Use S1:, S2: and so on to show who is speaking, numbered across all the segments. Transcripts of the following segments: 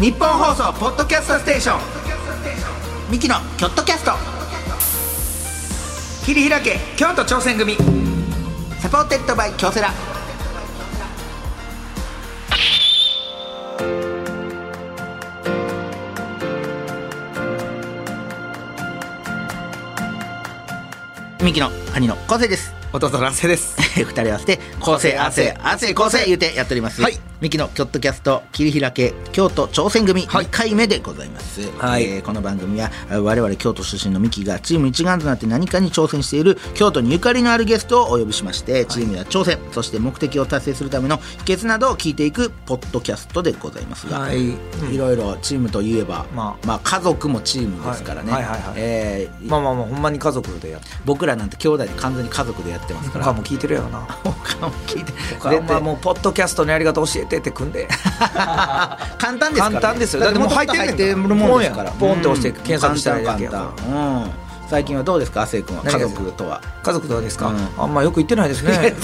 S1: 日本放送ポッドキャストステーションミキのキョットキャスト切り開け京都挑戦組サポーテッドバイ京セラミキの兄の昴生です
S2: 弟のせです。
S1: えー 二人合わせて構成汗汗構成言うてやっております、
S2: はい
S1: ミキのキョットキャスト切り開け京都挑戦組
S2: はい
S1: 2回目でございます、
S2: はい
S1: えーこの番組はあ我々京都出身のミキがチーム一丸となって何かに挑戦している京都にゆかりのあるゲストをお呼びしましてチームや挑戦、そして目的を達成するための秘訣などを聞いていくポッドキャストでございますが、
S2: はいうん
S1: いろいろチームといえば、ま
S2: ま
S1: あ家族もチームですからね、
S2: はいはいはいはい
S1: えー
S2: まあまあまあ、ほんまに家族でやって
S1: 僕らなんて兄弟で完全に家族でやってますか
S2: る
S1: ら
S2: かも聞いてるやろな。
S1: 他も聞いて
S2: ほんまもう、ポッドキャストのやり方教えてって組ん で。
S1: 簡単ですから、ね、
S2: 簡単ですよ
S1: だってもう
S2: だ
S1: 入
S2: っ
S1: って
S2: も
S1: て
S2: う入っ
S1: る
S2: てんねんから
S1: もんですから
S2: ポンって押して
S1: うん
S2: 検索したらいいだけやから
S1: 簡単簡単うん最近はどうですか亜生君は
S2: 何
S1: 家
S2: が
S1: 族とは
S2: 家族とはですか、
S1: うん
S2: あんまよく言ってないで す ね。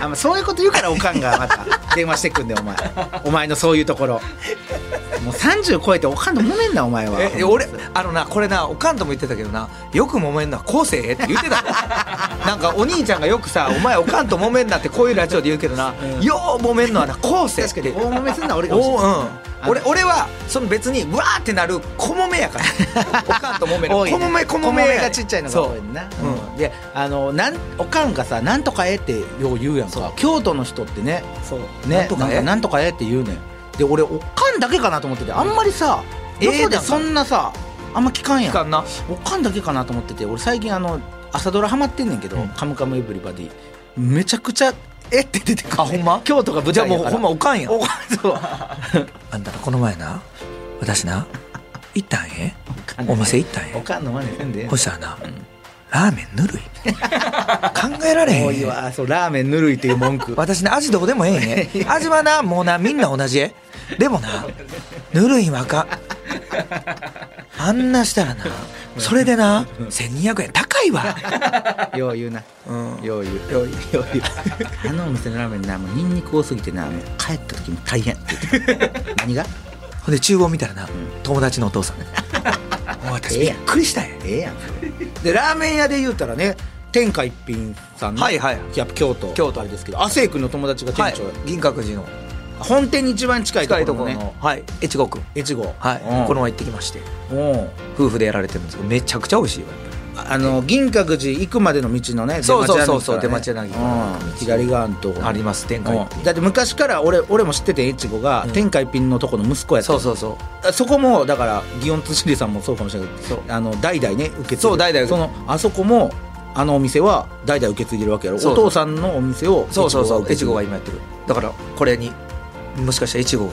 S1: あんまそういうこと言うからおかんがまた電話してくんだよお前 お前のそういうところもう30超えておかんと揉めんなお前は
S2: え俺あのなこれなおかんとも言ってたけどなよく揉めんな後世って言って たなんかお兄ちゃんがよくさ「お前おかんと揉めんな」ってこういうラジオで言うけどな、
S1: うん
S2: よう揉めんのはな後世っ
S1: 確かに
S2: て
S1: 大揉めすんな俺が
S2: おう
S1: も
S2: ん
S1: しれないあの
S2: 俺俺はその別にうわーってなる小もめやから おかんともめる
S1: 多いね
S2: 小もめ小も
S1: 小
S2: め
S1: 揉めがちっちゃいのが
S2: そ
S1: 多
S2: う
S1: いな
S2: う
S1: うんであのなんおかんがさ「なんとかえ」ってよう言うやん
S2: そ
S1: か京都の人ってね
S2: そう
S1: ね、なんんと
S2: なとか
S1: か
S2: え
S1: なんとかえって言うねんで俺おかんだけかなと思っててあんまりさ、
S2: え
S1: ど
S2: え
S1: こでそんなさあんま聞かんや
S2: 期
S1: ん
S2: 間な
S1: おかんだけかなと思ってて俺最近あの朝ドラハマってんねんけど「
S2: うん
S1: カムカムエヴリバディ」めちゃくちゃ「えっ?」て出てくる、
S2: あほんま
S1: 京都が舞
S2: じゃあ
S1: 台や
S2: もう
S1: から
S2: ほんまおかんや
S1: おかんそう
S2: あんたらこの前な私な行った んえ
S1: かん
S2: お店行ったん
S1: お
S2: え
S1: かんの真似せんで
S2: ほしたらな、ラーメンぬ るい考えられへ
S1: 多
S2: ん
S1: い
S2: よ
S1: わそうラーメンぬるいっていう文 句
S2: 私ね味どうでもええ んえ味はなもうなみんな同じえでもなぬるいんわかあんなしたらなそれでな1200円高いわ、
S1: よう言うな
S2: うん、
S1: よう言うよう言うあのお店のラーメンなもうニンニク多すぎてなもう帰った時も大変って言ってた何が
S2: ほんで厨房見たらな、友達のお父さん もう
S1: え
S2: 私
S1: え
S2: びっ
S1: やん
S2: くりしたんや
S1: ええやんそれでラーメン屋で言うたらね天下一品さんの、
S2: はいはい
S1: やっぱ京都
S2: 京都
S1: あれですけど亜生君の友達が
S2: は
S1: 店
S2: い
S1: 長、
S2: 銀閣寺の
S1: 本店に一番近いと
S2: 近い
S1: ことろ
S2: こ
S1: の
S2: ろ
S1: ね
S2: のはい越後君
S1: 越後
S2: はい、
S1: うん
S2: この前行ってきまして
S1: うん
S2: 夫婦でやられてるんですけどめちゃくちゃ美味しいわやっぱり
S1: ああの銀閣寺行くまでの道のね
S2: そうそうそうそう
S1: 出町
S2: 出町
S1: 柳
S2: 柳
S1: からねうん左側のとこ
S2: あります天下一品
S1: うんだって昔から俺俺も知ってて越後が
S2: うん
S1: 天下一品のとこの息子やった
S2: そうそうそう
S1: あそこもだから祇園辻里さんもそうかもしれないけ
S2: そう
S1: どあの代々ね受け継いで
S2: そう代々
S1: そのあそこもあのお店は代々受け継いでるわけやろお
S2: そう
S1: 父さんのお店を
S2: そうそうそう越後が
S1: い
S2: 今やってるだからこれにもしかしたら越後が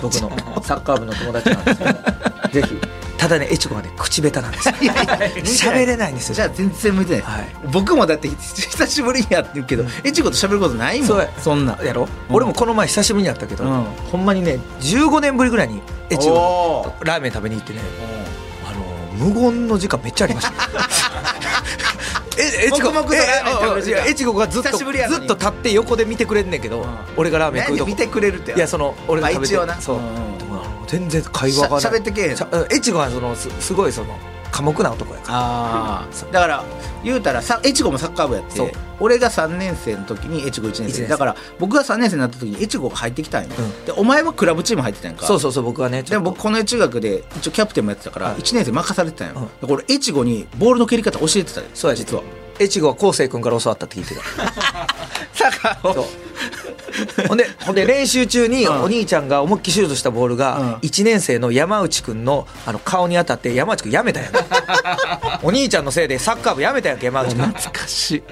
S2: 僕のサッカー部の友達なんですけど ぜひただね越後はね口下手なんですよ喋れないんですよ
S1: じゃあ全然向いてない、
S2: はい
S1: 僕もだってひ久しぶりにやってるけど越後と喋ることないもん
S2: そうや
S1: そんな
S2: やろ、
S1: うん
S2: 俺もこの前久しぶりにやったけど、
S1: うん
S2: ほんまにね15年ぶりぐらいに越後
S1: おー
S2: ラーメン食べに行ってねあの無言の時間めっちゃありました え越後
S1: 黙々とラーメン食べる時間
S2: ええ越後がずっと
S1: 久しぶりやの
S2: ず
S1: に
S2: っと立って横で見てくれんねんけど、
S1: うん
S2: 俺がラーメン食う
S1: 何
S2: とこ
S1: 見てくれるって
S2: いやその俺が食べて
S1: まあ一応な
S2: そう、
S1: うん
S2: でもあの全然会話が
S1: しゃ喋ってけえへん
S2: えちごはそのすすごいその寡黙な男やから
S1: ああだから言うたらさ越後もサッカー部やっ
S2: そう
S1: て俺が3年生の時に越後1年
S2: 一
S1: 生
S2: 年生
S1: だから僕が3年生になった時に越後が入ってきたんよ、
S2: うん
S1: でお前はクラブチーム入ってたんやんか
S2: そうそうそう僕はねち
S1: で
S2: ょっ
S1: も
S2: と
S1: 僕この中学で一応キャプテンもやってたか
S2: は
S1: ら
S2: い
S1: 1年生任されてたんよ、
S2: うん
S1: でこれ越後にボールの蹴り方教えてたで
S2: そうや
S1: 実は
S2: えちごは昴生君から教わったって聞 いてた
S1: サッカーを
S2: そうほんでほんで練習中に
S1: うん
S2: お兄ちゃんが思いっきりシュートしたボール
S1: うん
S2: が1年生の山内君のあの顔に当たって山内君やめたんや んお兄ちゃんのせいでサッカー部やめたやんけ山内君
S1: 懐かしい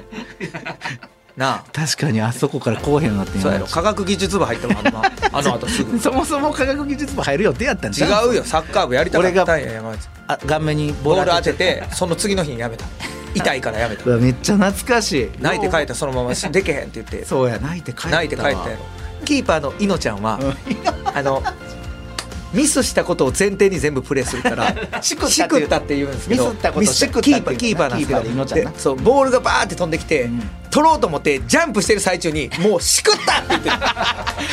S2: なあ
S1: 確かにあそこからこうへんなって
S2: そうやろ科学技術部入ったもんあんまあの後 すぐ違
S1: そもそも科学技術部入る予定やったんちゃう
S2: うよサッカー部やりたかったんや山内
S1: あ顔面に
S2: ボ
S1: ボ
S2: ー
S1: ー
S2: ル
S1: ル
S2: 当
S1: 当て
S2: て
S1: て
S2: てその次の日にやめた痛いからやめた
S1: うわめっちゃ懐かしい
S2: 泣いて帰ったそのままでけへんって言って
S1: そうや泣いて帰ったわ
S2: 泣いて帰ったやろキーパーのいのちゃんは、あのミスしたことを前提に全部プレーするから
S1: し
S2: し
S1: く
S2: く
S1: ったっていう
S2: ったって言うんですけ
S1: ミ
S2: ど
S1: スったこと
S2: ミス
S1: しくったって
S2: キ
S1: 言う
S2: ーパーキーパーなんですけ
S1: キーパーで
S2: ど
S1: いのちゃんな
S2: でそうボールがバーって飛んできて、
S1: うん
S2: 取ろうと思ってジャンプしてる最中にもうしくったって言ってる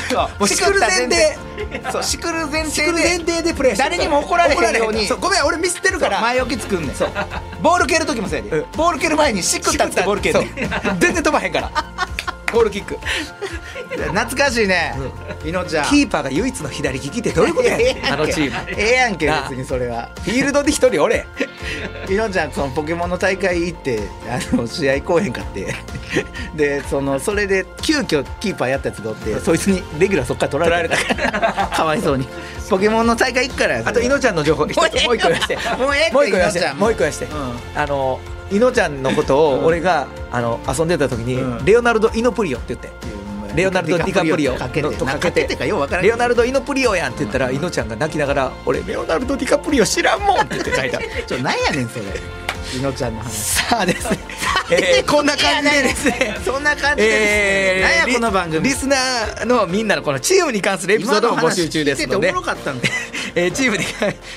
S1: そうもう
S2: しくる前提
S1: そうしくる前
S2: しく
S1: 提
S2: る前
S1: で
S2: 提でプレーしてるか
S1: 誰
S2: ら
S1: にも怒られへんように
S2: そうごめん俺ミスってるから
S1: 前置き作んねんそう ボール蹴る時もそうやで
S2: うん
S1: ボール蹴る前にしくったってボール蹴るねん
S2: そう全然飛ばへ んからゴールキック
S1: 懐かしいねいのちゃん
S2: キーパーが唯一の左利きってどういうことや
S1: ええやん
S2: ね
S1: け
S2: んあのチーム
S1: ええやんけ
S2: なあ
S1: 別にそれは
S2: フィールドで一人俺
S1: いのちゃんそのポケモンの大会行ってあの試合来へんかって でそのそれで急遽キーパーやったやつがおってそいつにレギュラーそっから取られた からかわいそうにポケモンの大会行くから
S2: あとイノ
S1: ち
S2: ちゃんの情報一つ
S1: もうええよ
S2: もう一個言
S1: もうええ
S2: わせて
S1: ってイノち
S2: もう一個言わせて
S1: ゃん
S2: もう一個言わせて
S1: う
S2: あのイノちゃんのこと
S1: うん
S2: を俺があの遊んでた時
S1: うん
S2: にレオナルド・イノプリオって言って
S1: ゃ
S2: レオナルド・ディカプリオ
S1: かけて
S2: のと
S1: か
S2: か
S1: け
S2: け
S1: て
S2: て
S1: かようわからんけ
S2: レ
S1: ど
S2: オナルド・イノプリオやんって言った
S1: う
S2: ら
S1: ん
S2: イノちゃんが泣きながら俺レオナルド・ディカプリオ知らんもんって言って書いた
S1: ちょなんやねんそれいのちゃんの話
S2: さあで すねえー こんな感じでですね
S1: そんな感じでですね
S2: えー
S1: なんやこの番組
S2: リリスナーのみんなのこのチームに関するエピソードを募集中ですので
S1: 今の話聞いてておもろかったんだよ
S2: えーチームで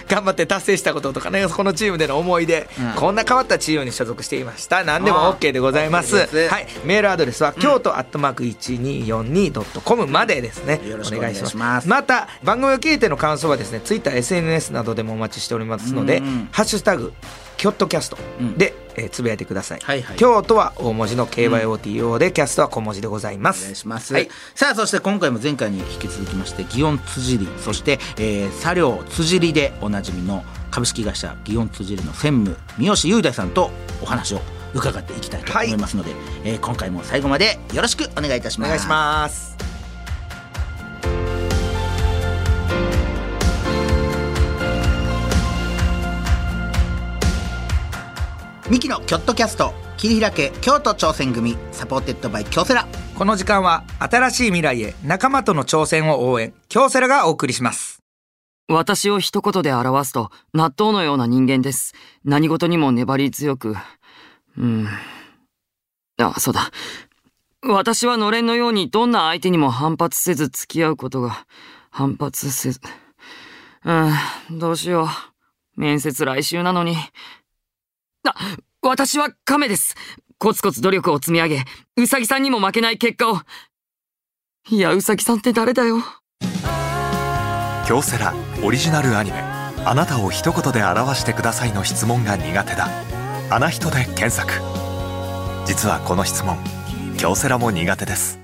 S2: 頑張って達成したこととかねこのチームでの思い出、
S1: うん
S2: こんな変わったチームに所属していました何でも
S1: あー
S2: OK でございま
S1: OK
S2: す
S1: です
S2: はい、メールアドレスは、京都アットマーク 1242.com までですね
S1: よろしくお願いします
S2: また番組を聞いての感想はですねツイッター SNS などでもお待ちしておりますので、
S1: うんうん
S2: ハッシュタグキョットキャスト
S1: うん
S2: で、えーつぶやいてください、
S1: はいはい
S2: 京都は大文字の KYOTO で、キャストは小文字でございま
S1: お
S2: す
S1: 願いします、
S2: はい
S1: さあそして今回も前回に引き続きまして祇園辻利そして、えー、茶寮辻利でおなじみの株式会社祇園辻利の専務三好雄大さんとお話を伺っていきたいと思いますので、えー今回も最後までよろしくお願いいたし
S2: お
S1: ます。
S2: 願いします
S1: ミキのキョットキャスト切り開け京都挑戦組サポーテッドバイ京セラ
S2: この時間は新しい未来へ仲間との挑戦を応援京セラがお送りします
S3: 私を一言で表すと、納豆のような人間です。何事にも粘り強く。うん。あ、そうだ。私はのれんのようにどんな相手にも反発せず付き合うことが、反発せず。うん、どうしよう。面接来週なのに。あ、私は亀です。コツコツ努力を積み上げ、うさぎさんにも負けない結果を。いや、うさぎさんって誰だよ。
S4: 京セラオリジナルアニメ「あなたを一言で表してください」の質問が苦手だ「あな人」で検索実はこの質問京セラも苦手です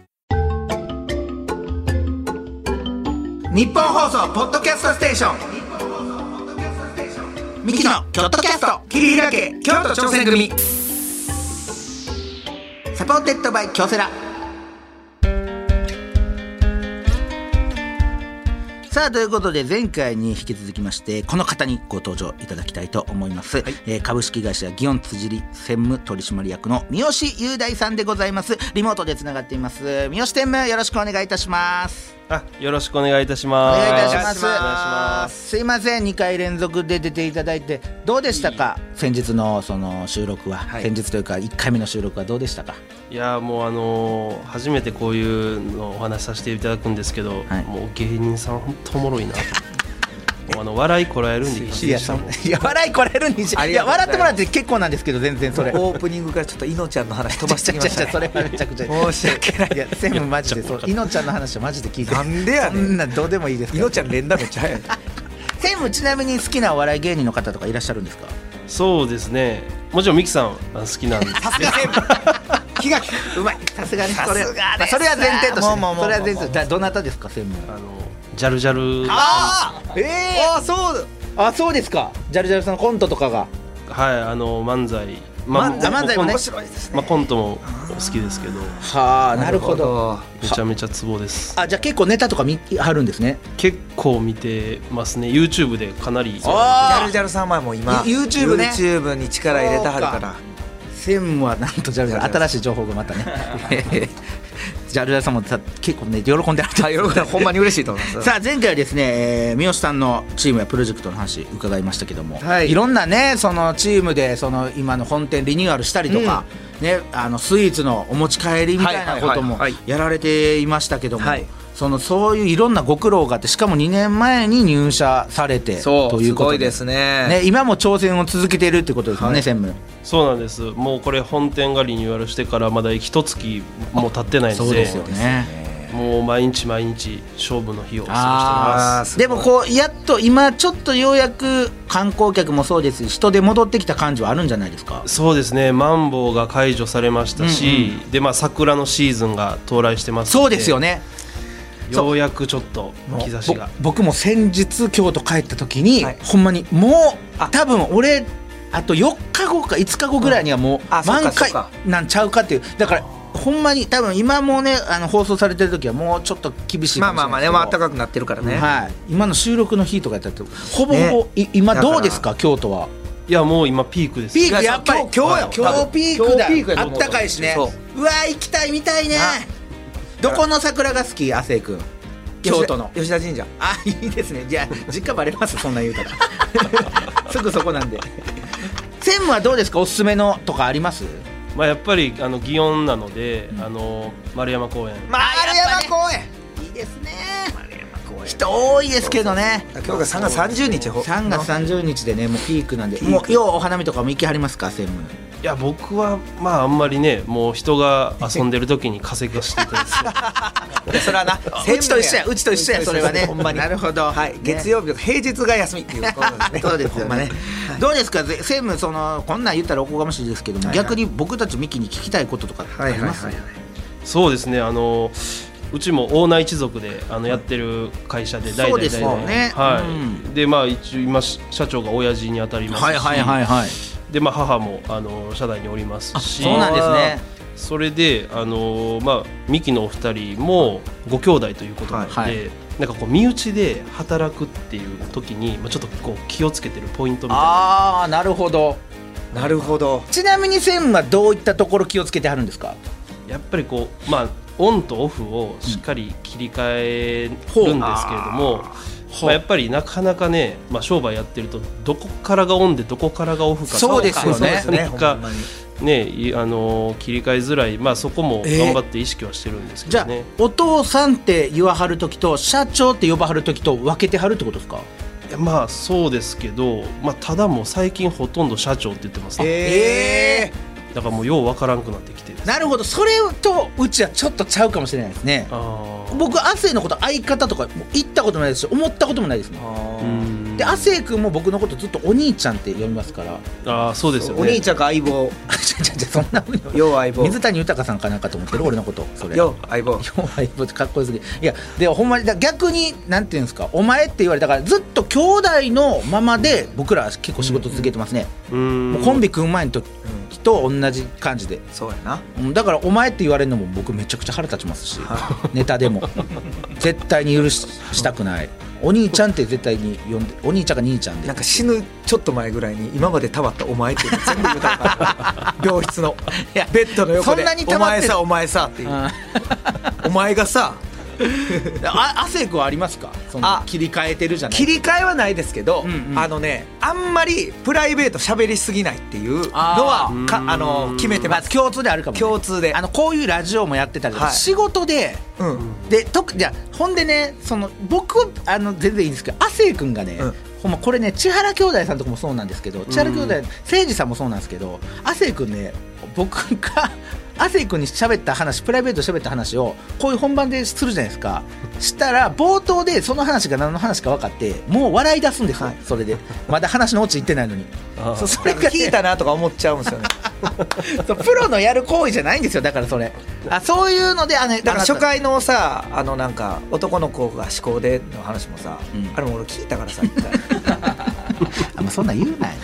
S1: 日本放送ポッドキャストステーションミキのキョットキャスト切り開け
S2: 京都挑戦組
S1: サポーテッドバイ京セラさあということで前回に引き続きましてこの方にご登場いただきたいと思います、えー株式会社祇園辻利専務取締役の三好雄大さんでございますリモートでつながっています三好専務よろしくお願いいたします
S5: あ、よろしくお願いいたします。
S1: お願いいたし
S5: お願
S1: ます
S5: いします。
S1: すいません2回連続で出ていただいてどうでしたか先日のその収録は、
S2: はい
S1: 先日というか1回目の収録はどうでしたか
S5: いや、もうあのー初めてこういうのをお話しさせていただくんですけど、
S1: はい
S5: もう芸人さん本当おもろい な。もうあの笑いこらえるんで必死
S1: い
S5: で
S1: や
S5: した
S1: そ
S5: もん。
S1: いや 笑いこらえるにし
S2: あ
S1: い
S2: り
S1: や
S2: がとうございます
S1: 笑ってもらって結構なんですけど全然それ
S2: オープニングからちょっといのちゃんの話飛ばしてきまし
S1: ち
S2: た
S1: ゃちゃちゃそれはめちゃくちゃ
S2: 申し訳ない
S1: いや専務マジでそういのちゃんの話はマジで聞いて
S2: なんでやねん
S1: そんなどうでもいいです
S2: い
S1: から
S2: のちゃん連打めっちゃ早い
S1: 専務ちなみに好きなお笑い芸人の方とかいらっしゃるんですか
S5: そうですね。もちろんミキさんあの好きなん です。
S2: さすが先輩
S1: 気がうまいさすがにそれ
S2: さすが
S1: まあ
S2: です
S1: それは前提としてね
S2: もうもうもうもう
S1: それは前提としてじゃあどなたですか専務
S5: あのジャルジャル。
S1: ああええあそうあそうですかジャルジャルさんのコントとかが
S5: はい、あの漫才。
S1: 漫才漫才もね面白
S5: いですまあコントも好きですけど、
S1: はあなるほど
S5: めちゃめちゃツボです。
S1: あじゃあ結構ネタとか見あるんですね
S5: 結構見てますね。YouTube でかなり。
S2: ジャ
S1: あ
S2: ルジャルさんはもう今
S1: YouTube ね
S2: YouTube に力入れたはるから
S1: 専務はなんとジャルジャル新しい情報がまたね ジャルジャルさんもさ結構ね喜んである
S2: はい喜んだほんまに嬉しいと思います
S1: さあ前回はですね、えー三好さんのチームやプロジェクトの話伺いましたけども、、
S2: はいい
S1: ろんなねそのチームでその今の本店リニューアルしたりとか、ね、あのスイーツのお持ち帰りみたいなことも
S2: はいはいはいは
S1: やられていましたけども、
S2: はい
S1: そのそういういろんなご苦労があってしかも2年前に入社されて
S2: そう
S1: ということ
S2: すごいですね
S1: ね今も挑戦を続けているってことですよね、専務
S5: そうなんですもうこれ本店がリニューアルしてからまだ一月も経ってないんで
S1: そうですよね
S5: ももう毎日毎日勝負の日を過ごして
S6: あ
S5: ま
S6: あ
S5: す。
S1: でもこうやっと今ちょっとようやく観光客もそうですし人で戻ってきた感じはあるんじゃないですか
S5: そうですね、マンボウが解除されましたし、でまあ桜のシーズンが到来してますの
S1: そうですよね
S5: ようやくちょっと兆しが
S1: ぼ僕も先日京都帰った時に、
S2: はい
S1: ほんまにもう多分俺あと4日後か5日後ぐらいにはもう
S2: あそっか
S1: 満開
S2: そっか
S1: なんちゃうかっていうだからほんまに多分今もねあの放送されてる時はもうちょっと厳しいか
S2: まあ
S1: もし
S2: ま
S1: れ
S2: あま
S1: な
S2: あ
S1: いですけど
S2: ねまあ暖かくなってるからね、
S1: はい、今の収録の日とかやったらほぼほぼ、
S2: ね
S1: い今
S2: だから
S1: どうですか京都はい
S5: やもう今ピークです
S1: ピーク
S2: いや
S1: やっぱり
S2: 今日今日よ
S1: 今日ピークだ
S5: 今日ピークやと
S1: あ
S5: 思う
S1: ったかいしね
S2: そう
S1: わ行きたいみたいねどこの桜が好き亜生君京都の
S2: 吉田吉田神社
S1: あいいですねじゃあ実家バレますそんなん言うたら すぐそこなんで専務はどうですかおすすめのとかあります
S5: まあやっぱりあの祇園なので、あの丸山公園、
S2: 丸山公園
S1: いいですね人多いですけどね
S2: 今日が3月30日ほ
S1: 3月30日でねもうピークなんでもうようお花見とかも行きはりますか専務
S5: いや僕はまああんまりねもう人が遊んでる時に稼がしてたりする
S2: それはな
S1: うちと一緒やうちと一緒やそれはね
S2: ほんまに
S1: なるほど
S2: はい、月曜日とか平日が休みっていうことですね
S1: そうです
S2: ほ
S1: よ
S2: んま
S1: ね。どうですか、専務、その、こんなん言ったらおこがましいですけども、
S2: はいはい
S1: 逆に僕たちミキに聞きたいこととかってあ
S2: はい
S1: り
S2: は
S1: ま
S2: いは
S1: す。
S2: い
S5: そうですねあのうちもオーナー一族であのやってる会社で代
S1: そう
S5: 々
S1: で
S5: 代
S1: すよ
S5: 々、
S1: ね
S5: はいでまあ一応今社長が親父にあたりますし、
S1: いはい。
S5: でまあ母もあの社内におりますし
S1: そうなんですね。
S5: それであのまあミキのお二人もご兄弟ということなので、
S1: はいは
S5: なんかこう身内で働くっていう時に、まあ、ちょっとこう気をつけてるポイントみたいな
S1: ああ、なるほど。
S2: なるほど
S1: ちなみに専務はどういったところ気をつけてはるんですか。
S5: やっぱりこうまあオンとオフをしっかり切り替えるんですけれども、まあ、やっぱりなかなかね、まあ、商売やってるとどこからがオンでどこからがオフか
S1: そうですよね
S5: なかな
S2: ほん
S5: か
S2: まに
S5: ねいあのー切り替えづらい、まあ、そこも頑張って意識はしてるんですけ
S1: じゃ
S5: ど
S1: あ
S5: ね、、
S1: お父さんって言わはる時と、社長って呼ばはる時と、分けてはるってことですか。
S5: いやまあそうですけど、まあ、ただもう最近ほとんど社長って言ってます、ね、
S1: ええ
S5: だからもうようわからんくなってきて
S1: なるほど、それと、うちはちょっとちゃうかもしれないですね。
S5: あー
S1: 僕、亜生のこと、相方とか、もう言ったこともないですし、思ったこともないですね。
S5: う
S2: あ
S5: ん
S1: で亜生君も僕のことずっとお兄ちゃんって呼びますから
S5: あーそうです
S2: ー
S5: よ
S2: お兄
S5: ね
S2: ちゃんが相棒
S1: ちゃちゃちゃそんなふうに
S2: よう相棒
S1: 水谷豊さんかなんかと思ってる俺のことそれ
S2: よう相棒
S1: 今日は一歩かっこよすぎるいやでもほんまにだ逆になんていうんですかお前って言われたからずっと兄弟のままで僕ら結構仕事続けてますね、
S5: うん
S1: もうコンビ組む前の時
S2: う
S1: と同じ感じで
S2: そうやな
S1: うんだからお前って言われるのも僕めちゃくちゃ腹立ちます しネタでも絶対に許ししたくないお兄ちゃんって絶対に呼んでお兄ちゃんが兄ちゃんで
S2: なんか死ぬちょっと前ぐらいに今までたまったお前っていうの全部言うたから 病室のベッドの横で
S1: そんなに溜まってる
S2: お前さお前さっていう
S1: うん
S2: お前がさ
S1: あ汗くはありますかその
S2: あ
S1: 切り替えてるじゃない
S2: 切り替えはないですけど、
S1: んうん
S2: あのねあんまりプライベート喋りすぎないっていうの
S1: あ
S2: はかあの決めて
S1: ま
S2: ま
S1: あ
S2: す、
S1: 共通であるかもね、
S2: 共通で
S1: あのこういうラジオもやってたけど、
S2: はい
S1: 仕事で
S2: うん、
S1: で特じゃほんでねその僕はあの全然いいんですけど亜生君がね、
S2: うん
S1: ほんまこれね千原兄弟さんとかもそうなんですけど千原兄弟誠司さんもそうなんですけど亜生君ね僕が 亜生君に喋った話プライベートで喋った話をこういう本番でするじゃないですかしたら冒頭でその話が何の話か分かってもう笑い出すんですよ、それでまだ話のオチいってないのに
S5: あー
S1: そそ
S2: な
S1: れ
S2: んか
S1: が、
S2: 聞い
S1: ね、
S2: たなとか思っちゃうんですよね
S1: そうプロのやる行為じゃないんですよだからそれあそういうのであね
S2: だから
S1: あなた
S2: 初回のさあのなんか男の子が思考での話もさ、
S1: うん
S2: あれも俺 聞いたからさ一回
S1: あんまそんなん言うなよ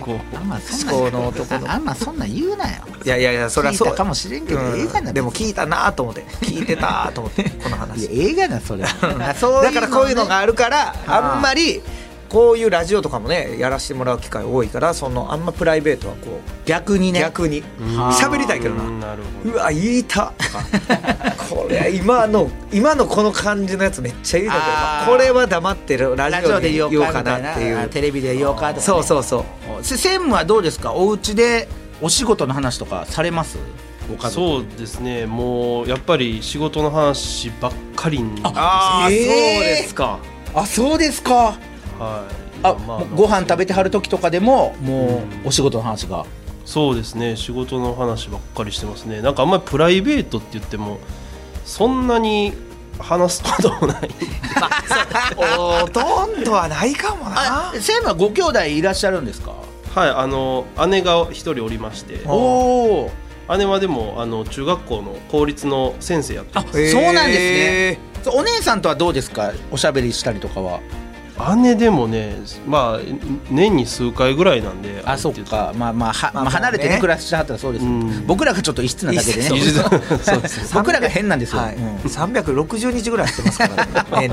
S5: こう
S1: あんまそん
S2: 思
S1: な
S2: 考の男の
S1: あんまそんなん言うなよ
S2: いやいやいやそれはそう
S1: 聞いたかもしれんけどええがな
S2: でも聞いたなと思って聞いてたと思ってこの
S1: い
S2: 話
S1: や映画なそ れはあそ
S2: だからこういうのがあるから
S1: あー
S2: あんまりこういうラジオとかもねやらせてもらう機会多いからそのあんまプライベートはこう
S1: 逆にね
S2: 逆に
S5: ん
S2: 喋りたいけど
S5: うん
S2: な
S5: なるほど
S2: うわ言いたとかこれ今の今のこの感じのやつめっちゃ言いたけど
S1: あー
S2: これは黙ってるラ
S1: ラ
S2: ジ
S1: ジ
S2: オ
S1: オ
S2: で
S1: で
S2: 言
S1: 言
S2: お
S1: お
S2: う
S1: うか
S2: かな
S1: な
S2: っ
S1: ってて
S2: い
S1: いううレビで言おうか
S2: そうそうそう
S1: せ専務はどうですかお家でお仕事の話とかされますご家族
S5: そうですねもうやっぱり仕事の話ばっかりに
S1: あーそうです
S5: か
S1: あそうですか
S5: はい
S1: あ、
S5: ま
S1: ご飯食べてはる時とかでももうお仕事の話が、
S5: そうですね仕事の話ばっかりしてますねなんかあんまりプライベートって言ってもそんなに話すことも ない
S2: おとんとはないかもな
S1: あ専務はご兄弟いらっしゃるんですか
S5: はいあの姉が一人おりまして
S1: おお
S5: 姉はでもあの中学校の公立の先生やってます
S1: そうなんですねそうお姉さんとはどうですかおしゃべりしたりとかは
S5: 姉でもねまあ年に数回ぐらいなんで
S1: あそうかまあまあは、ま
S2: ま
S1: あ、
S2: あ
S1: 離れてね
S2: ね
S1: 暮らしてはったらそうですよ、
S5: うん
S1: 僕らがちょっと異質なだけでね
S5: 異質そうです
S1: 僕らが変なんですよ、
S2: はい
S1: うん
S2: 360日ぐらいやってますからね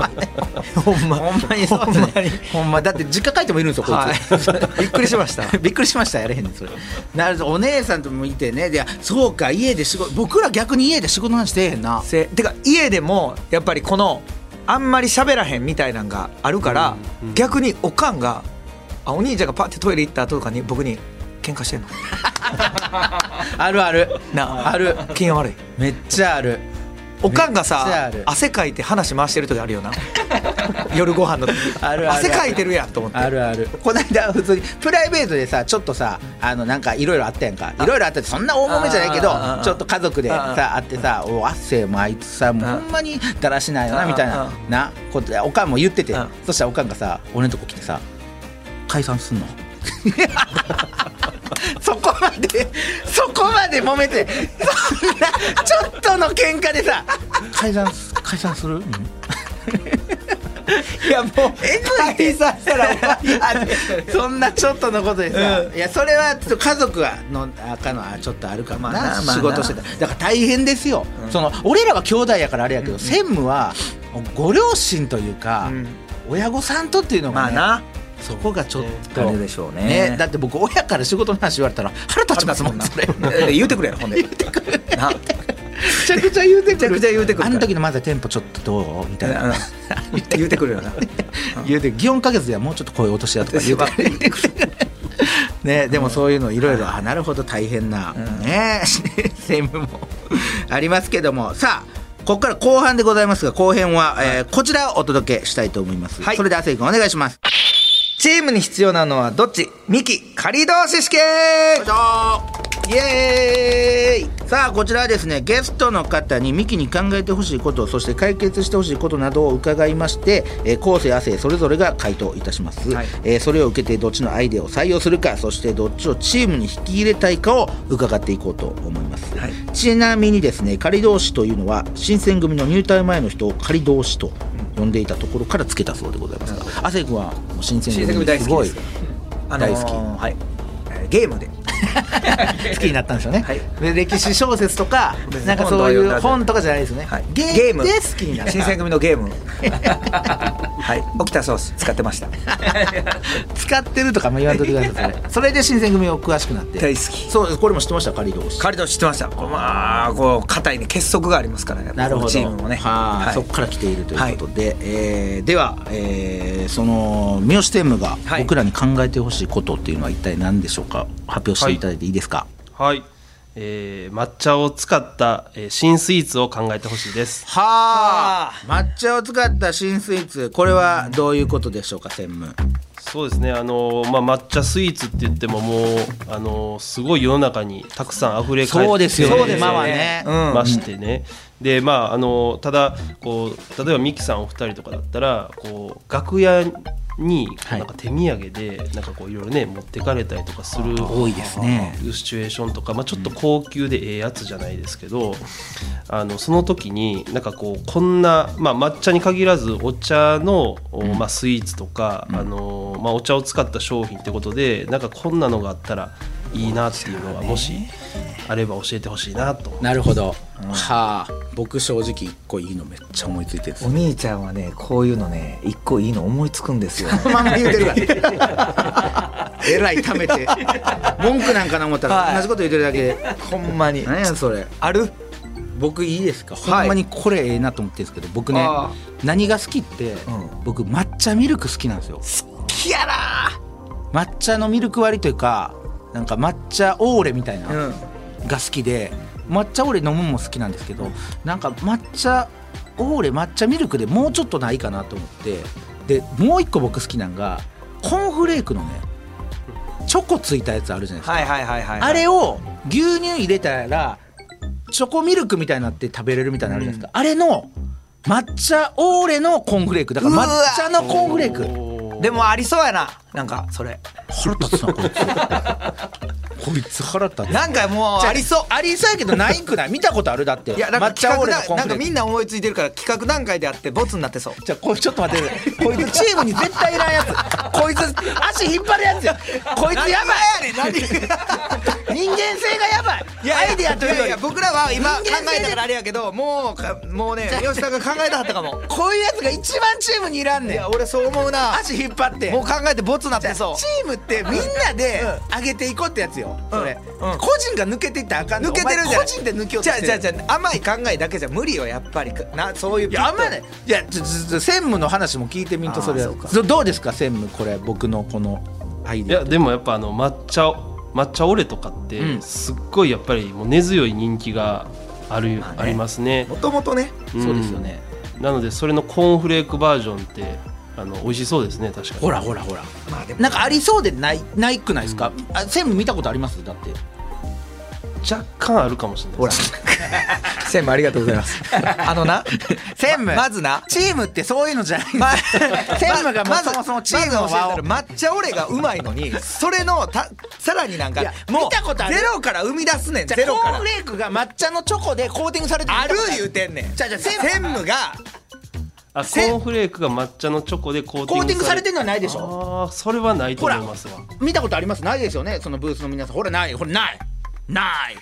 S2: 年にほんま
S1: ほんまにそう
S2: ほ
S1: で
S2: ん
S1: すね
S2: まに
S1: ほんまだって実家帰ってもいるんですよこいつ、
S2: はいびっくりしました
S1: びっくりしましたやれへんねんそれなるほどお姉さんともいてねでそうか家で仕事僕ら逆に家で仕事なんしてへんな
S2: せてか家でもやっぱりこのあんまり喋らへんみたいなんがあるから、
S5: うんうん
S2: 逆におかんがあお兄ちゃんがパッてトイレ行った後とかに僕に喧嘩してんの
S1: あるある
S2: な
S1: ある
S2: 機嫌悪い
S1: めっちゃある
S2: おかん
S1: め
S2: が
S1: っちゃあ
S2: さ
S1: る
S2: 汗かいて話回してる時あるよ な夜ご飯の時
S1: あるある
S2: 汗かいてるやんと思って
S1: あるあるこないだ普通にプライベートでさちょっとさあのなんかいろいろあったやんかいろいろあったってそんな大揉めじゃないけど
S2: あー
S1: ちょっと家族でさあってさ「お汗もあいつさもうほんまにだらしないよな」
S2: あー
S1: みたいな
S2: あ
S1: なことでおかんも言ってて
S2: うん
S1: そしたらおかんがさ俺のとこ来てさ「解散 すんの? 」そこまでそこまで揉めてそんなちょっとの喧嘩でさ「解散す解散する?うん」
S2: いやもう
S1: えぐいさしたらそんなちょっとのことでさ、いやそれはちょっと家族はのあかのあちょっとあるかもな、
S2: まあな
S1: 仕事してただから大変ですよ、その俺らは兄弟やからあれやけど、専務はご両親というか、
S2: うん
S1: 親御さんとっていうの
S2: ま
S1: が、
S2: あ
S1: ね
S2: な
S1: そこがちょっと、
S2: あれでしょうね
S1: ねだって僕親から仕事の話言われたら腹立ちますもんそ れ
S2: え言うてくれよほんで言うてくれな
S1: めちゃくちゃ言うてくる
S2: めちゃくちゃ言うてくる
S1: あの時のまずはテンポちょっとどうみたいな、
S2: うん言うてくるよな
S1: 言うて祇園か月ではもうちょっと声落としだとか言うてくれねでもそういうのいろいろあなるほど大変な、
S2: ん
S1: ね専務も ありますけどもさあここから後半でございますが後編は、えーこちらをお届けしたいと思います、
S2: はい
S1: それで亜生君お願いします
S2: チームに必要なのはどっちミキ仮同士試験
S1: よいしょイエーイさあこちらはですねゲストの方にミキに考えてほしいことそして解決してほしいことなどを伺いまして、えー、後世亜生それぞれが回答いたします、
S2: はい
S1: えーそれを受けてどっちのアイデアを採用するかそしてどっちをチームに引き入れたいかを伺っていこうと思います、
S2: はい
S1: ちなみにですね仮同士というのは新選組の入隊前の人を仮同士と呼んでいたところからつけたそうでございますが亜生君はもう新選
S2: 新選
S1: 組
S2: 組大好
S1: す
S2: き
S1: ご
S2: で
S1: い
S2: すあのー
S1: 大好き
S2: はいえーゲームで
S1: 好きになったんですよね、
S2: はい
S1: で歴史小説と かなんかそういう本とかじゃないですね、
S2: はい
S1: ゲ
S2: ゲ
S1: ー
S2: ーム
S1: ムで好きになっ
S2: 新選組の ゲームはい沖田ソース使ってました
S1: た使ってるとかも言わんといてくださいそれそれで新選組を詳しくなって
S2: 大好き
S1: そうですこれも知ってました仮同士
S2: 仮同士知ってましたこうまあこう肩に結束がありますからね
S1: なるほど
S2: チームもね
S1: はい
S2: はい
S1: そこから来ているということで、えーでは、えーその三好専務が
S2: はい
S1: 僕らに考えてほしいことっていうのは一体何でしょうか発表していただいていいですか
S5: はい、えー抹茶を使った、えー新スイーツを考えてほしいです
S1: はあ抹茶を使った新スイーツこれはどういうことでしょうか専務
S5: そうですねあのーまあ抹茶スイーツって言ってももうあのーすごい世の中にたくさん溢れ返って
S1: そうですよね
S5: そうです
S1: 今はね
S2: うん
S5: ましてね、でまああのただこう例えばミキさんお二人とかだったらこう楽屋に
S1: はい
S5: なんか手土産でなんかこういろいろね持ってかれたりとかする
S1: 多いですね
S5: いうシチュエーションとか、まあ、ちょっと高級でええやつじゃないですけど、あのその時になんかこうこんな、まあ、抹茶に限らずお茶の、おまあ、スイーツとか、あのまあ、お茶を使った商品ってことでなんかこんなのがあったらいいなっていうのはもしあれば教えてほしいなと
S1: なるほど、はあ僕正直一個いいのめっちゃ思いついてるんです
S2: お兄ちゃんはねこういうのね一個いいの思いつくんですよ
S1: まんま言うてるから えらいためて文句なんかな思ったら
S2: はい
S1: 同じこと言ってるだけで、
S2: ほんまに
S1: 何やそれ
S2: ある
S1: 僕いいですか、
S2: はい
S1: ほんまにこれええなと思ってるんですけど僕ね
S2: あ
S1: 何が好きって、
S2: ん
S1: 僕抹茶ミルク好きなんですよ
S2: キャラ
S1: 抹茶のミルク割りというかなんか抹茶オーレみたいな、
S2: うん
S1: が好きで抹茶オーレ飲むのも好きなんですけどなんか抹茶オーレ抹茶ミルクでもうちょっとないかなと思ってでもう一個僕好きなんがコーンフレークのねチョコついたやつあるじゃないですか、
S2: はいはいはいはい
S1: あれを牛乳入れたらチョコミルクみたいになって食べれるみたいなのあるじゃないですか、あれの抹茶オーレのコーンフレークだから
S2: うわ
S1: 抹茶のコーンフレーク
S5: おー
S2: でもありそうやななんかそれ
S1: 腹立つなこいつ こいつ腹立つ
S2: なんかもうありそう
S1: ありそうやけどないんくない見たことあるだって
S2: いやなんか
S1: 抹茶オー
S2: 企画
S1: レのコー
S2: だ
S1: ン
S2: なん
S1: フレ
S2: か
S1: ーク
S2: みんな思いついてるから企画段階であってボツになってそう
S1: じゃあこいつちょっと待って こいつチームに絶対いらんやつこいつ足引っ張るやつやこいつやばい
S2: 何がやねん何
S1: 人間性がやばい
S2: いや
S1: アイディアというよ
S2: い
S1: り
S2: や僕らは今考
S1: 人間性で
S2: えたからあれやけども うかもうね吉田が考えたはったかも
S1: こういうやつが一番チームにいらんね
S2: い
S1: ん
S2: や俺そう思うな
S1: 足引っ張って
S2: もう考えてボツなってそう
S1: チームってみんなで上げていこうってやつよ、それ、
S2: うん
S1: 個人が抜けていったらあかんの
S2: 抜けてるじゃん
S1: お前個人で抜きよう
S2: じ
S1: と
S2: ゃ
S1: し
S2: あ
S1: て
S2: じゃあ
S1: る
S2: じゃあ甘い考えだけじゃ無理よやっぱりなそういうい
S1: いやあんまねいやちょちょちょ専務の話も聞いてみんとそれ
S2: あーそうか
S1: どどうですか専務これ僕のこのアイ
S5: い
S1: ディ
S5: や
S1: ア
S5: でもやっぱあの抹茶抹茶オレとかっ
S1: う
S5: て
S1: ん
S5: すっごいやっぱりもう根強い人気がある、あ
S1: まあね
S5: りますね
S2: もともとね
S1: そうですよね、
S5: うんなのでそれのコーンフレークバージョンってあの美味しそうですね確かに
S1: ほらほらほら
S2: まあでも
S1: なんかありそうでないないくないですか、あ専務見たことありますだって
S5: 若干あるかもしれない
S2: ほ
S5: で
S2: ら
S5: す
S2: 専務ありがとうございます あのな
S1: 専務
S2: ままずな
S1: チームってそういうのじゃない
S2: ま
S1: 専務がもうそもそもチームの輪を、
S2: まずまず教えたら抹茶オレがうまいのにそれのたさらになんか
S1: いや
S2: も
S1: 見たことあ
S2: う
S1: る
S2: ゼロから生み出すねん
S1: じ
S2: ゼ
S1: ゃあ
S2: ロ
S1: コ
S2: か
S1: ーン
S2: ら
S1: フレークが抹茶のチョコでコーティングされて
S2: ある
S1: 言
S2: 言うてんねん
S1: じゃあじゃあ専
S2: 専
S1: 務
S2: 務が
S5: あコーンフレークが抹茶のチョコでコーテ
S1: コーティン
S5: ィン
S1: グ
S5: グ
S1: さ
S5: さ
S1: れ
S5: れ
S1: て
S5: て
S1: るのはないでしょ
S5: ああそれはないと
S1: ほ
S5: 思
S1: ら
S5: いますわ
S1: 見たことありますないですよねそのブースの皆さんほらないほらないない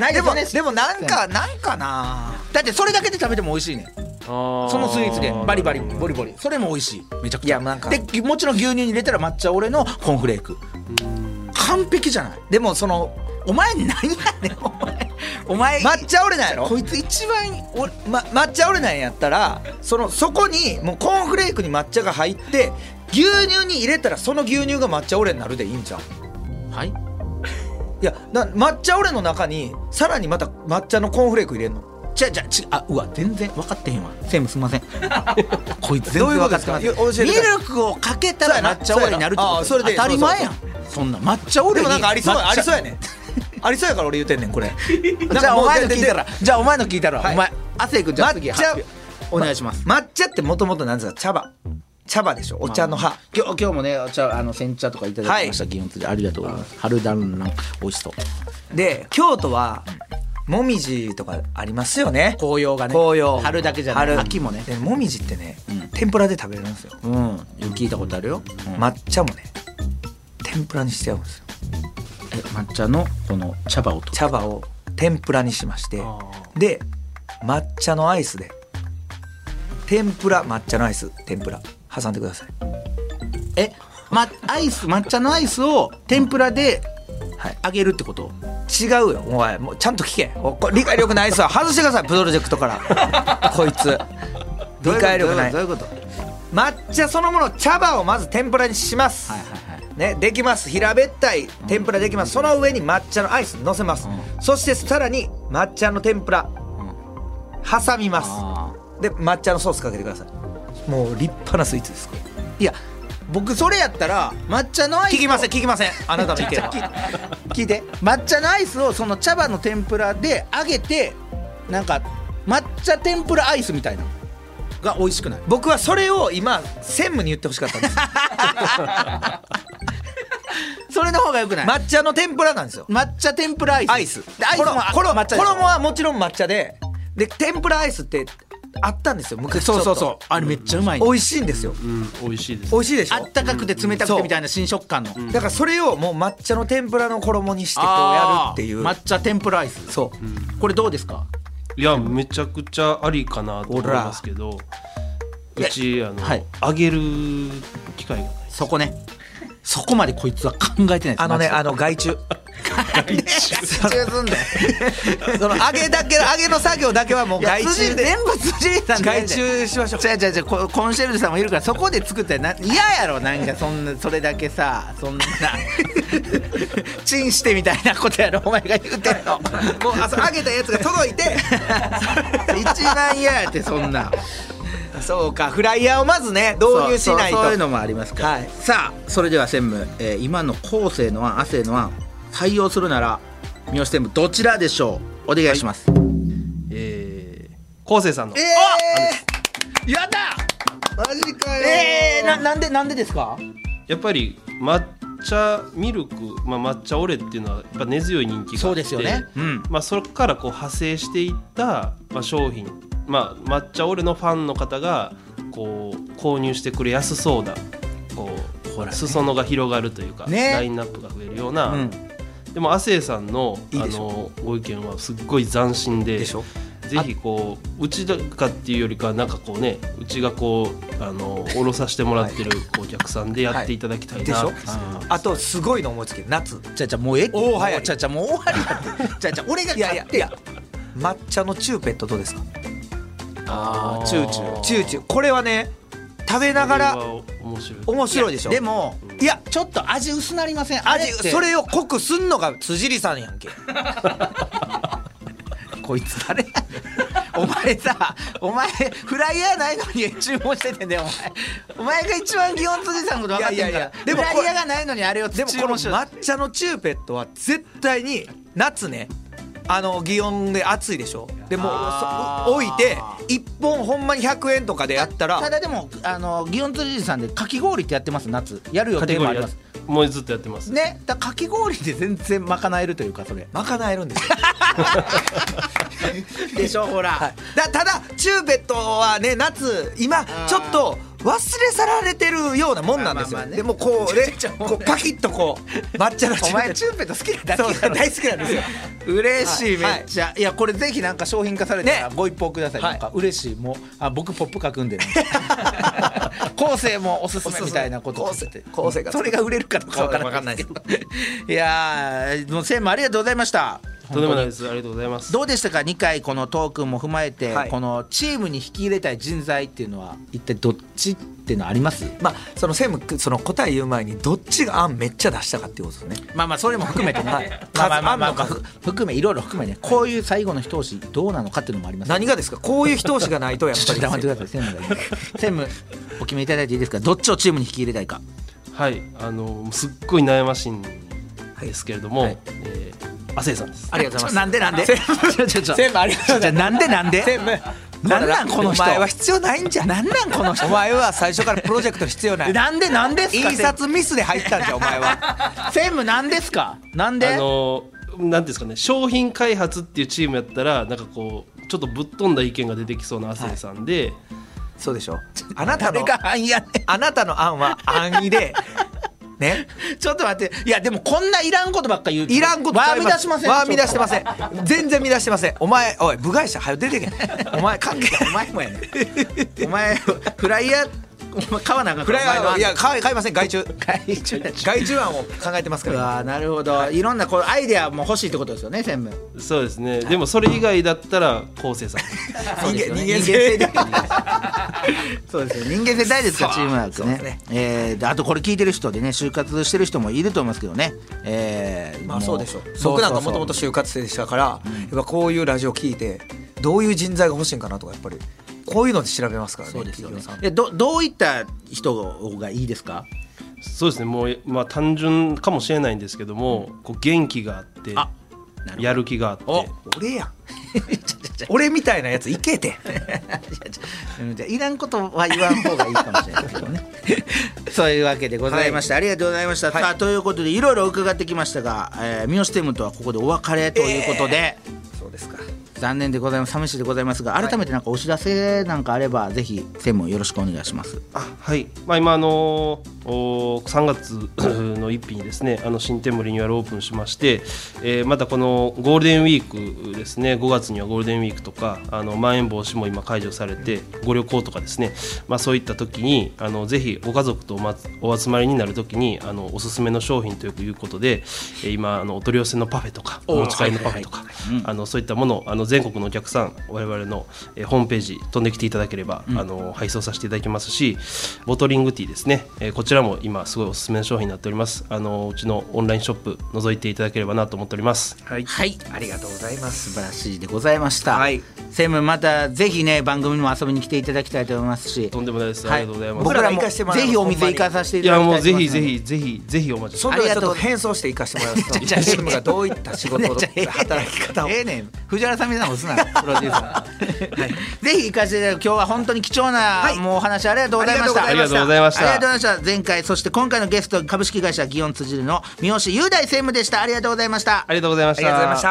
S1: ないで
S2: です
S1: よ
S2: も
S1: ね
S2: でもなんかなんかな
S1: だってそれだけで食べても美味しいねんそ
S5: そ
S1: のスイーツでバリバリボリボリそれも美味しいめちゃくちゃ
S2: いやなんか
S1: でもちろん牛乳に入れたら抹茶俺のコーンフレーク完璧じゃない
S2: でもその
S1: お前何やねんお 前お前
S2: 抹茶オレなんやろ
S1: こいつ一番
S2: おま、抹茶オレなんやったらそのそこにもうコーンフレークに抹茶が入って牛乳に入れたらその牛乳が抹茶オレになるでいいんじゃん
S1: はい
S2: いやな抹茶オレの中にさらにまた抹茶のコーンフレーク入れんの
S1: じゃあじゃあちあうわ全然分かってへんわ専務すんませんこいつ全
S2: どう
S1: 然
S2: いうこ
S1: 分か
S2: とで
S1: っ
S2: す
S1: て
S2: か
S1: ません
S2: 教えて
S1: ミ
S2: ください
S1: ルクをかけたら抹茶オレになるってこと
S2: そうやなあーそれで
S1: 当たり前やんそんな抹茶オレ
S2: でもなんかありそう
S1: に抹茶
S2: ありそう やねありそうやから俺言うてんねんこれ
S1: じゃあお前の聞いたらじゃあお前の聞いたら
S2: はい
S1: お前亜生君じゃあ次
S2: 抹茶
S1: 発表お願いします
S2: 抹茶ってもともとなんですか茶葉茶葉でしょお茶の葉
S1: 今日今日もねお茶あの煎茶とかいただきました、
S2: は
S1: 祇園祭でありがとうございます春だんらん美味しそう
S2: で京都はもみじとかありますよね
S1: 紅葉がね
S2: 紅葉
S1: 春だけじゃない
S2: 春
S1: 秋もね
S2: でもみじってね、
S1: うん
S2: 天ぷらで食べれるんですよ
S1: うん聞いたことあるよ、うん
S2: 抹茶もね天ぷらにしちゃうんですよ
S1: え抹茶のこの茶葉をと
S2: 茶葉を天ぷらにしまして
S5: あ
S2: で抹茶のアイスで天ぷら抹茶のアイス天ぷら挟んでください
S1: えまアイス抹茶のアイスを天ぷらで
S2: はい
S1: 揚げるってこと、
S2: 違うよお前もうちゃんと聞けおこ理解力ないアイスは外してくださいプロジェクトから こいつ理解力ない
S1: どういうこと
S2: 抹茶そのもの茶葉をまず天ぷらにします、
S1: はいはいはい
S2: ね、できます平べったい天ぷらできます、その上に抹茶のアイス乗せます、
S1: うん
S2: そしてさらに抹茶の天ぷら挟みます
S1: あ
S2: で抹茶のソースかけてくださいもう立派なスイーツですこれ
S1: ーいや僕それやったら抹茶のアイス
S2: 聞きません聞きませんあなたの意 見は
S1: 聞いて抹茶のアイスをその茶葉の天ぷらで揚げてなんか抹茶天ぷらアイスみたいなのが美味しくない
S2: 僕はそれを今専務に言ってほしかったんです
S1: それの方がよくない、
S2: 抹茶の天ぷらなんですよ
S1: 抹茶天ぷらアイス
S2: アイス
S1: でアイスもあ
S2: 衣
S1: 抹茶でしょ
S2: 衣はもちろん抹茶でで天ぷらアイスってあったんですよ昔
S1: そうそう
S2: ちょ
S1: そうあれめっちゃうま
S2: っ
S1: い
S2: と
S1: ね
S2: 美味しいんですよ
S5: うん美味しいです
S2: 美味しいでしょ
S1: あったかくて冷たくてみたいな新食感の、
S2: だからそれをもう抹茶の天ぷらの衣にしてこうやるっていう
S1: あー抹茶天ぷらアイス
S2: そう
S1: これどうですか
S5: いやめちゃくちゃありかなと思いますけどうちあの、
S1: はい
S5: 揚げる機会がない
S1: そこねそこまでこいつは考えてないです
S2: あのね
S1: マ
S2: あの害虫
S1: ジで集中すんだよ
S2: その揚げだけ揚げの作業だけはもう
S1: いや
S2: 害
S1: 辻
S2: 虫で
S1: 全部辻井さんで
S2: 害虫しましょう
S1: じゃじゃじゃココンシェルジュさんもいるからそこで作ったらな嫌やろなんかそんなそれだけさそんなチンしてみたいなことやろお前が言うてん の
S2: もうあそう揚げたやつが届いて
S1: 一番嫌やってそんな
S2: そうかフライヤーをまずね導入しないと
S1: そうそうそういうのもありますから、
S2: はい
S1: さあそれでは専務、えー今の後世の案亜生の案採用するなら三好専務どちらでしょうお願いします、
S5: えー、昴生さんの、
S2: え
S1: やった
S2: マジかよ
S1: えー、ななんでなんでですか
S5: やっぱり抹茶ミルク、まあ、抹茶オレっていうのはやっぱ根強い人気があって
S1: そうですよねうん
S5: まあ、そこからこう派生していった、まあ、商品、まあ、抹茶オレのファンの方がこう購入してくれやすそうだこう
S1: ほらね
S5: 裾野が広がるというか、
S1: ね
S5: ラインナップが増えるような、
S1: うん
S5: でも亜生さんの
S1: いい
S5: あ
S1: でし
S5: のご意見はすっごい斬新で
S1: でしょ
S5: ぜひこううちがっていうよりかはなんかこうねうちがこうあのおろさせてもらってるお客さんでやっていただきたい
S2: で
S5: な、
S2: しょあとすごいの思いつけ夏
S1: じゃあじゃあもうええって
S2: おー早い
S1: もうじゃあじゃあもう終わりだってじゃあじゃあ俺が
S2: いやい
S1: 買
S2: や
S1: って
S2: いや抹茶のチューペットどうですか
S5: あー
S1: チューチュー
S2: チューチューこれはね食べなが
S5: これ
S2: ら
S5: は面白い
S2: 面白いでしょ
S1: でも
S2: いや
S1: ちょっと味薄なりませんあれ
S2: 味
S1: って
S2: それを濃くすんのが辻里さんやん け
S1: こいつ誰やねんお前さお前フライヤーないのに注文しててんだよお前お前が一番祇園辻さんのこと分かってん
S2: いやいや
S1: だ
S2: い
S1: からで
S2: やで
S1: も
S2: も
S1: フラ
S2: これ
S1: イヤーがないのにあれを
S2: でもこの抹茶のチューペットは絶対に夏ねあの祇園で暑いでしょでもう
S1: あー
S2: そ置いて1本ほんまに100円とかでやった
S1: た
S2: ら
S1: だでもあの祇園辻さんでかき氷ってやってます夏やる予
S5: カテ
S1: 定
S5: ゴ
S1: も
S5: リ
S1: あ
S5: ー
S1: り
S5: や
S1: ます
S5: もうずっとやってます、
S1: ねだからかき氷で全然賄えるというかそれ
S2: 賄えるんですよ
S1: でしょほら、
S2: はい、だただチューペットはね夏今ちょっと忘れ去られてるようなもんなんですよ、
S1: まあまあまあね
S2: でも こうねこうパキッとこう抹茶のチ
S1: お
S2: ューペ
S1: 前
S2: ッ
S1: チューペット好きなだ
S2: ト
S1: け
S2: そう
S1: やろ
S2: 大好きなんですよ
S1: 嬉しい、
S2: はい
S1: めっちゃ、い、やこれぜひなんか商品化されたら
S2: ね
S1: ご一報ください、
S2: はい
S1: なんか嬉しいもうあ僕ポップ書くんで、 ね、構成もおすすめみたいなこと
S2: 構成構成が
S1: それが売れるかどうかわからないですけど いやーもう専務ありがとうございました
S5: とんでもないですありがとうございます
S1: どうでしたか2回このトークンも踏まえて、
S2: はい
S1: このチームに引き入れたい人材っていうのは一体どっちっていうのはあります
S2: まあその専務その答え言う前にどっちが案めっちゃ出したかっていうことですね
S1: まあまあそれも含めてね、
S2: はい
S1: まあまあまあまあ、
S2: 数あんのか
S1: 含めいろいろ含めねこういう最後の一押しどうなのかっていうのもありますね
S2: 何がですかこういう人押しがないとやっ
S1: ちょ
S2: ぱ
S1: っ
S2: り
S1: と黙ってください専務が専務お決めいただいていいですかどっちをチームに引き入れたいか
S5: はいあのすっごい悩ましいんですけれども、
S1: はい
S5: えー亜生さんです
S1: ありがとうございますなんでなんで
S2: 専務ありがとうございます
S1: じゃあなんでなんで
S2: 専務
S1: なんなんこの人
S2: お前は必要ないんじゃなんなんこの人お前は最初からプロジェクト必要 ない
S1: なんでなんですか
S2: 印刷ミスで入ったん じゃんお前は
S1: 専務なんですかなんで
S5: あのなんていうんですかね商品開発っていうチームやったらなんかこうちょっとぶっ飛んだ意見が出てきそうな亜生さんで、
S2: そうでしょ あなた
S1: 誰
S2: の
S1: があんやねん
S2: あなたの案は安易でね
S1: ちょっと待っていやでもこんないらんことばっか言う
S2: いらんこと
S1: わ
S2: ちゃ
S1: ー
S2: い
S1: み出しません
S2: わー乱してません全然乱してませんお前おい部外者はよ出てけ お前関係
S1: お前もやね んお前フライヤーお前買わなあかん
S2: フライヤーい
S1: いや
S2: や買い買いません外注
S1: 外注や
S2: 外注案を考えてますか
S1: う
S2: ら
S1: わーなるほど、い、ろんなこうアイデアも欲しいってことですよね専務
S5: そうですねでもそれ以外だったら昴生 さん
S1: そうですよね
S2: 人間人間性
S1: 人間性でそうですよ人間性大事ですか
S2: そう
S1: チームワーク
S2: そうで
S1: ね
S2: すね
S1: えーであとこれ聞いてる人でね就活してる人もいると思いますけどねえー
S2: まあ
S1: も
S2: そうでしょ僕なんかもともと
S1: そうそう
S2: 就活生でしたからやっぱこういうラジオ聞いてどういう人材が欲しいんかなとかやっぱりこういうので調べますからね
S1: そうですよね
S2: 企業さん
S1: えどどういった人がいいですか
S5: そうですねもう、まあ、単純かもしれないんですけどもこう元気があって
S1: あなるほど
S5: やる気があって
S1: お
S2: 俺 やん俺みたいなやついけて
S1: うんじゃあいらんことは言わん方がいいかもしれないけどね そういうわけでございました、ありがとうございました、さあということでいろいろ伺ってきましたが、えー、ミノシテムとはここでお別れということで、
S2: そうですか
S1: 残念でございます寂しいでございますが改めてなんかお知らせなんかあればぜひ専務よろしくお願いします
S5: あはい、まあ、今、あのお3月の一日にですねあの新店舗リニューアルオープンしまして、えーまたこのゴールデンウィークですね5月にはゴールデンウィークとかあのまん延防止も今解除されてご旅行とかですね、まあ、そういった時にあのぜひご家族とお,、ま、お集まりになる時にあのおすすめの商品ということで、えー今あのお取り寄せのパフェとかお持ち帰りのパフェとか、あのそういったものをあの全国のお客さん我々の、えーホームページ飛んできていただければ、あの配送させていただきますしボトリングティーですね、えーこちらも今すごいおすすめの商品になっておりますあのうちのオンラインショップ覗いていただければなと思っておりますはい
S1: はい
S2: ありがとうございます
S1: 素晴らしいでございました、
S2: はい
S1: 専務またぜひね番組にも遊びに来ていただきたいと思いますし
S5: とんでもないです、
S1: は
S5: ありがとうございます
S1: 僕
S2: 僕
S1: ら
S2: ら
S1: も
S2: 行かせてもらい
S1: ぜ
S2: ます
S1: ひお店
S2: ほんまに
S1: 行かさせてい
S5: い
S1: ただ
S5: や
S1: きた
S5: も
S1: いう
S5: ぜひぜひぜひぜひお待ち して
S2: そ
S5: ます
S2: の時はちょっと変装して行かしてもらいます
S1: ありがとう
S2: チームがどういった仕事
S1: ねじゃあええ
S2: 働き方を
S1: ええねん藤原さみなことすなは
S5: プロデューサー
S1: い、ぜひ行かせていただく今日は本当に貴重な、もうお話ありがとうございました
S5: ありがとうございました
S1: ありがとうございました前回そして今回のゲスト株式会社祇園辻るの三好雄大専務でしたありがとうございました
S5: ありがとうございまし
S2: あ
S5: た
S2: りがとうございまし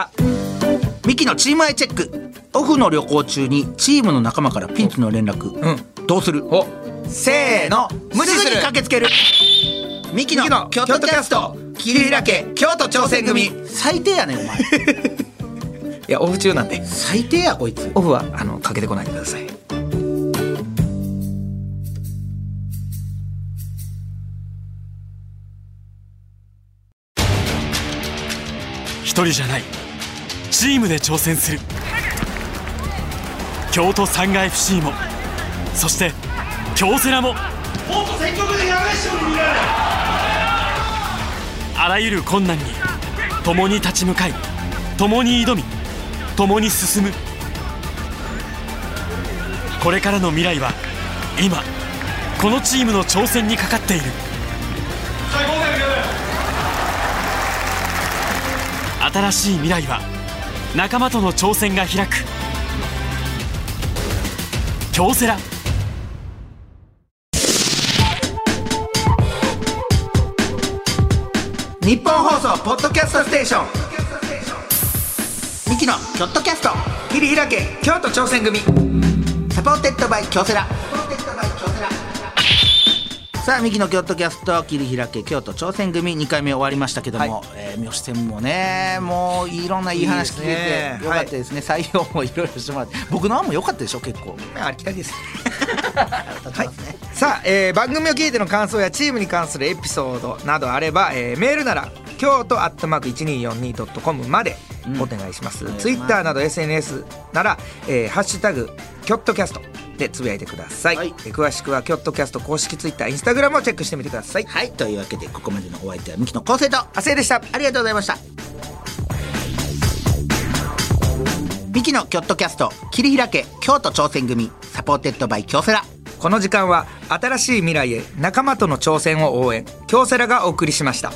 S2: た
S1: ミキのチームアイチェックオフの旅行中にチームの仲間からピンチの連絡、
S2: う
S1: どうする
S2: せーの無
S1: 無
S2: 視
S1: 視
S2: す
S1: に
S2: る
S1: 駆けつけるミキの京都キャスト桐平家
S2: 京都挑戦組い
S1: 最低やねんお前
S2: やオフ中なんで
S1: 最低やこいつ
S2: オフはあのかけてこないでください
S6: 一人じゃないチームで挑戦する京都サンガ FC もそして京セラもあらゆる困難に共に立ち向かい共に挑み共に進むこれからの未来は今このチームの挑戦にかかっている新しい未来は仲間との挑戦が開く京セラ
S1: 日本放送ポッドキャストステーションミキの京都キャスト桐平家京都挑戦組サポーテッドバイ京セラさあミキの京都キャスト桐平家京都挑戦組2回目終わりましたけども、
S2: はい
S1: えー三好専務もねもういろんないい話聞いて
S2: いいですね
S1: よかったですね、採用もいろいろしてもらって僕の案も良かったでしょ結構
S2: ありきたり ですはい、さあ、えー番組を聞いての感想やチームに関するエピソードなどあれば、えーメールなら京都アットマーク 1242.com までお願いします、ツイッターなど SNS なら、えーハッシュタグキョットキャスト」でつぶやいてください、
S1: はい
S2: えー詳しくはキョットキャスト公式ツイッターインスタグラムをチェックしてみてください
S1: はいというわけでここまでのお相手はミキの昴生と
S2: 亜生でした
S1: ありがとうございました。ミキのキョットキャスト、切り開け、京都挑戦組、サポーテッドバイ京セラ。
S2: この時間は新しい未来へ仲間との挑戦を応援京セラがお送りしました